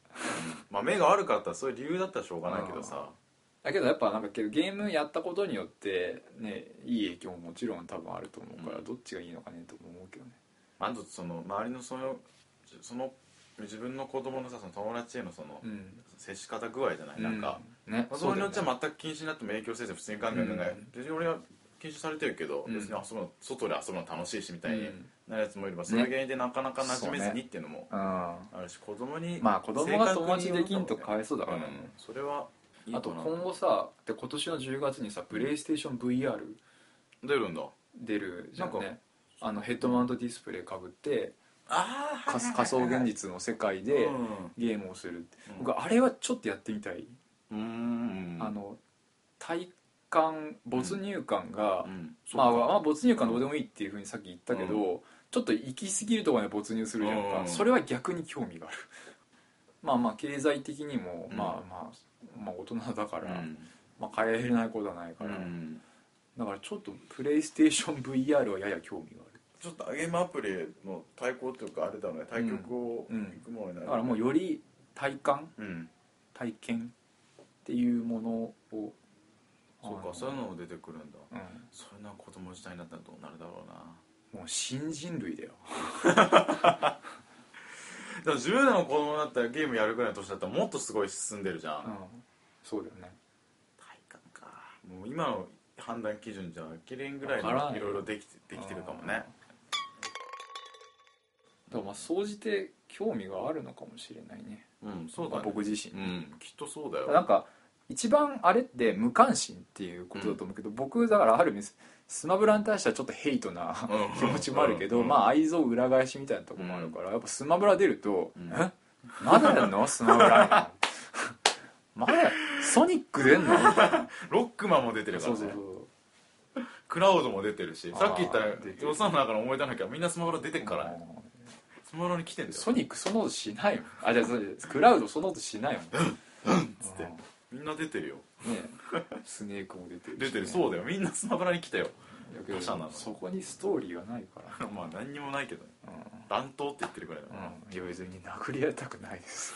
Speaker 1: まあ、目が悪かったらそういう理由だったらしょうがないけどさ
Speaker 2: だけどやっぱなんかけどゲームやったことによってねいい影響ももちろん多分あると思うから、
Speaker 1: うん
Speaker 2: どっちがいいのかねとも思うけどね
Speaker 1: あとその周りのそのその自分の子供のさその友達へのその
Speaker 2: ん
Speaker 1: 接し方具合じゃない、なんか、
Speaker 2: うんね
Speaker 1: まあ、それによっ
Speaker 2: うだ
Speaker 1: ち
Speaker 2: よね
Speaker 1: ゃ全く禁止になっても影響せず普通にガンガンガンガン、
Speaker 2: うん
Speaker 1: 別に俺は禁止されてるけど、
Speaker 2: うん
Speaker 1: 別に遊ぶの外で遊ぶの楽しいしみたいに
Speaker 2: うん
Speaker 1: なるやつもいれば、それが原因でなかなか馴染めずにっていうのも
Speaker 2: うん
Speaker 1: あるし子供 に
Speaker 2: まあ子供が友達できんとか
Speaker 1: 変
Speaker 2: わいそうだからね、
Speaker 1: それはいい
Speaker 2: あ
Speaker 1: か
Speaker 2: と
Speaker 1: な
Speaker 2: 今後さで今年の10月にさプレイステーション VR
Speaker 1: 出るんだ
Speaker 2: 出るじゃん
Speaker 1: なん
Speaker 2: ねあのヘッドマウントディスプレイかぶって
Speaker 1: ああ
Speaker 2: 仮仮想現実の世界でゲームをする、僕あれはちょっとやってみたい、
Speaker 1: うん
Speaker 2: あの体感没入感が、
Speaker 1: うん
Speaker 2: まあ、
Speaker 1: そうか
Speaker 2: まあ没入感どうでもいいっていうふうにさっき言ったけど、ちょっと行き過ぎるところに没入するじゃんか、
Speaker 1: うん
Speaker 2: それは逆に興味がある まあまあ経済的にも、
Speaker 1: うん
Speaker 2: まあまあまあ大人だから、
Speaker 1: うん
Speaker 2: まあ、変えれないことはないから、
Speaker 1: うん
Speaker 2: だからちょっとプレイステーション VR はやや興味がある
Speaker 1: ちょっとゲームアプリの対抗というかあれだね対局を
Speaker 2: うん
Speaker 1: いくものになる
Speaker 2: だからもうより体感
Speaker 1: うん
Speaker 2: 体験っていうものを
Speaker 1: そう
Speaker 2: あの
Speaker 1: かそういうのも出てくるんだ
Speaker 2: う
Speaker 1: そんな子供時代になったらどうなるだろうなん
Speaker 2: もう新人類だよ
Speaker 1: でも自分らの子供だったらゲームやるぐらいの年だったらもっとすごい進んでるじゃ
Speaker 2: うん
Speaker 1: ん
Speaker 2: そうだよね
Speaker 1: 体感かもう今の判断基準じゃ飽きれんぐらい
Speaker 2: わからん
Speaker 1: の
Speaker 2: よ
Speaker 1: いろいろできてできてるかもね
Speaker 2: だからまあ総じて興味があるのかもしれないね
Speaker 1: うんそうだね
Speaker 2: 僕自身
Speaker 1: う、んきっとそうだよ
Speaker 2: なんか一番あれって無関心っていうことだと思うけど、僕だからある意味ススマブラに対してはちょっとヘイトな
Speaker 1: うん
Speaker 2: 気持ちもあるけ
Speaker 1: うん
Speaker 2: ど
Speaker 1: うん
Speaker 2: まあ愛憎裏返しみたいなとこもあるからやっぱスマブラ出ると
Speaker 1: うん
Speaker 2: 「えまだやんのスマブラ」まだやソニック出んの?」
Speaker 1: ロックマンも出てるから
Speaker 2: そう
Speaker 1: ね
Speaker 2: そうそう
Speaker 1: クラウドも出てるし
Speaker 2: あー
Speaker 1: さっき言った
Speaker 2: 出てる
Speaker 1: 予算の中の思い出なきゃみんなスマブラ出てっからねスマブラに来てんだ
Speaker 2: ソ
Speaker 1: よ
Speaker 2: ニックその音しないもんあじゃあそうクラウドその音しないもん
Speaker 1: つってみんな出てるよ
Speaker 2: うんねスネークも出てるしね
Speaker 1: 出てるそうだよみんなスマブラに来たよ
Speaker 2: だけど
Speaker 1: 他社なの
Speaker 2: そこにストーリーがないから
Speaker 1: まあ何にもないけどね
Speaker 2: うん
Speaker 1: 乱闘って言ってるぐらいだから
Speaker 2: うん、いや別に殴り合いたくないです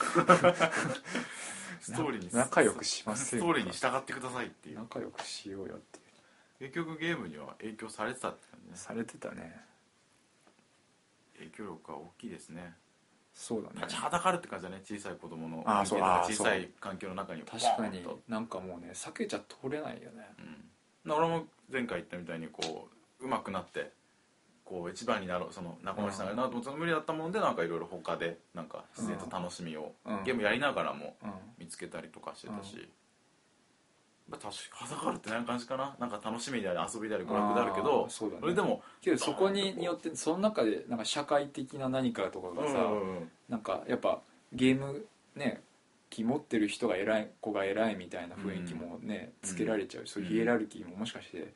Speaker 1: ストーリーに
Speaker 2: な仲良くしま
Speaker 1: ス
Speaker 2: せん
Speaker 1: ト
Speaker 2: か
Speaker 1: ーリーに従ってくださいっていう
Speaker 2: 仲良くしようよっていう
Speaker 1: 結局ゲームには影響されてたって感じね
Speaker 2: されてたね
Speaker 1: 影響力は大きいですね
Speaker 2: そうだね
Speaker 1: 立ちはだかるって感じだね小さい子供の
Speaker 2: あーそうあー
Speaker 1: 小さい環境の中に
Speaker 2: 確かに
Speaker 1: ボーンと
Speaker 2: なんかもうね避けちゃ通れないよね
Speaker 1: うん、俺も前回言ったみたいにこう上手くなってこう一番になろうその仲間内さんがなと思って無理だったもんでなんかいろいろ他でなんか自然と楽しみを、
Speaker 2: うん
Speaker 1: ゲームやりながらも
Speaker 2: うん
Speaker 1: 見つけたりとかしてたし、まあ、確かだからってなんか感じかななんか楽しみであり遊びであり娯楽であるけ
Speaker 2: あ
Speaker 1: ど
Speaker 2: ーそうだね
Speaker 1: それでも
Speaker 2: けどそこにによってその中でなんか社会的な何かとかがさ、
Speaker 1: うん
Speaker 2: なんかやっぱゲームね気持ってる人が偉い子が偉いみたいな雰囲気もね、
Speaker 1: うん
Speaker 2: つけられちゃうしそういううんヒエラルキーももしかして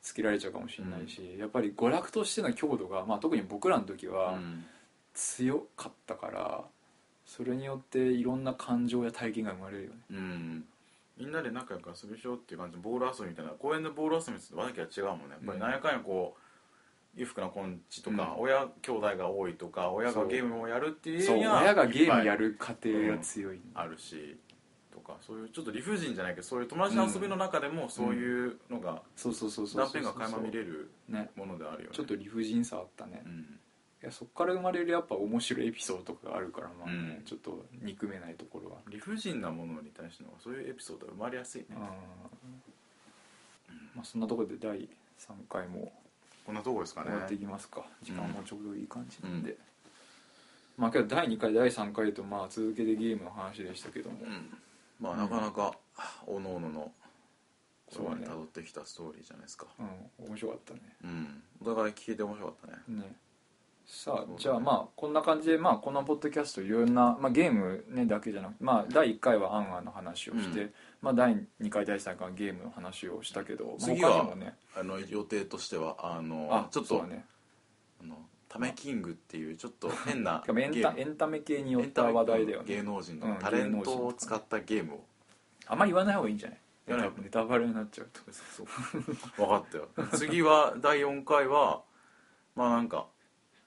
Speaker 2: つけられちゃうかもしれないし、やっぱり娯楽としての強度が、まあ、特に僕らの時は強かったから、それによっていろんな感情や体験が生まれるよね
Speaker 1: うんうんみんなで仲良く遊びしようっていう感じのボール遊びみたいな公園でボール遊びってわけが違うもんねやっぱりなんやかんやこう、裕福な子んちとか、親兄弟が多いとか親がゲームをやるっていう
Speaker 2: そう
Speaker 1: 家には
Speaker 2: 親がゲー
Speaker 1: い
Speaker 2: ム
Speaker 1: っぱ
Speaker 2: や
Speaker 1: い
Speaker 2: る家庭が強い、
Speaker 1: あるしとかそういうちょっと理不尽じゃないけどそういう友達の遊びの中でもそういうのが
Speaker 2: そうそうそうそう
Speaker 1: 断
Speaker 2: そう
Speaker 1: 片が垣間見れ
Speaker 2: る
Speaker 1: る
Speaker 2: ね
Speaker 1: ものであるよね
Speaker 2: ちょっと理不尽さあったね、
Speaker 1: う
Speaker 2: い
Speaker 1: ん
Speaker 2: やそこから生まれるやっぱ面白いエピソードとかがあるからまあ、
Speaker 1: うん
Speaker 2: ちょっと憎めないところは
Speaker 1: 理不尽なものに対してのそういうエピソードは生まれやすいね
Speaker 2: うんまあそんなところで第3回も
Speaker 1: こんなとこですか
Speaker 2: 終
Speaker 1: ね
Speaker 2: わっていきますか、時間もちょうどいい感じなんで、
Speaker 1: うん
Speaker 2: まあ今日第2回第3回とまあ続けてゲームの話でしたけども、
Speaker 1: うんまあなかなかおのおのの
Speaker 2: そう
Speaker 1: 言葉
Speaker 2: ね
Speaker 1: にたどってきたストーリーじゃないですか
Speaker 2: うん、面白かったね
Speaker 1: うんお互い聞いて面白かったね
Speaker 2: ねさあ、
Speaker 1: うだね
Speaker 2: じゃあまあこんな感じで、まあ、このポッドキャストいろんな、まあ、ゲーム、ね、だけじゃなくて、まあ、第1回は「アンアン」の話をして、
Speaker 1: うん
Speaker 2: まあ、第2回第3回はゲームの話をしたけど、まあ
Speaker 1: 次は
Speaker 2: 他にもね
Speaker 1: あの予定としてはあの
Speaker 2: あ
Speaker 1: ちょっ
Speaker 2: そう
Speaker 1: と
Speaker 2: だね
Speaker 1: あのタメキングっていうちょっと変な
Speaker 2: しかもエンタ
Speaker 1: ゲ
Speaker 2: エ
Speaker 1: ーム
Speaker 2: ンタメ系によ
Speaker 1: エ
Speaker 2: っ
Speaker 1: ン
Speaker 2: た
Speaker 1: タメ
Speaker 2: 話題だよ
Speaker 1: 芸
Speaker 2: ね
Speaker 1: 能人
Speaker 2: う
Speaker 1: の
Speaker 2: ん
Speaker 1: タレントを使ったゲームを
Speaker 2: あんま言わない方がいいんじゃない
Speaker 1: 言わない
Speaker 2: ネタネタバレになっちゃうと
Speaker 1: そう 分かったよ次は第4回はまあなんか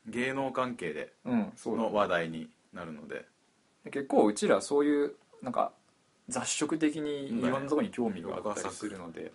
Speaker 1: 芸能関係で
Speaker 2: うんそうだ
Speaker 1: の話題になるので
Speaker 2: 結構うちらそういうなんか雑食的にいろんなところに興味があったりするので、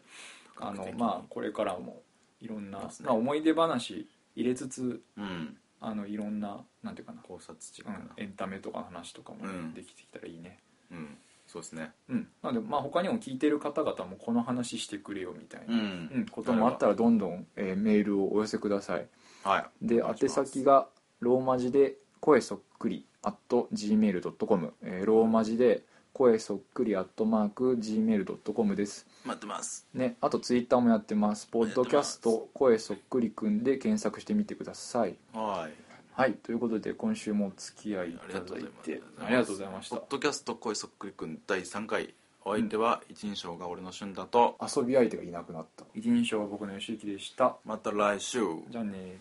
Speaker 1: 多
Speaker 2: あ
Speaker 1: 角
Speaker 2: の
Speaker 1: 的に
Speaker 2: まあこれからもいろんな、
Speaker 1: ですね
Speaker 2: まあ、思い出話入れつつ
Speaker 1: うん
Speaker 2: あのいろんななんていうかな、
Speaker 1: 考察チッ
Speaker 2: う
Speaker 1: ク
Speaker 2: ん、エンタメとかの話とかもね、
Speaker 1: うん
Speaker 2: できてきたらいいね
Speaker 1: なうんそうですね
Speaker 2: うんなのでまあ他にも聞いてる方々もこの話してくれよみたいな、
Speaker 1: ん
Speaker 2: うんこともあったらどんどん、えーメールをお寄せください
Speaker 1: はい
Speaker 2: で宛先がローマ字で「声そっくり」at gmail.com、えーローマ字で「声そっくり」at mark gmail.com です
Speaker 1: 待ってます
Speaker 2: ねあとツイッターもやってますポッドキャス
Speaker 1: やって
Speaker 2: ト声そっくりくんで検索してみてください
Speaker 1: はい
Speaker 2: はいということで今週もお付き合いいただいてありがとうございまし
Speaker 1: ポ
Speaker 2: た
Speaker 1: ッドキャスト声そっくりくん第3回お相手は一人称が俺の旬だと
Speaker 2: 遊び相手がいなくなった一人称は僕の吉行でした
Speaker 1: また来週
Speaker 2: じゃあね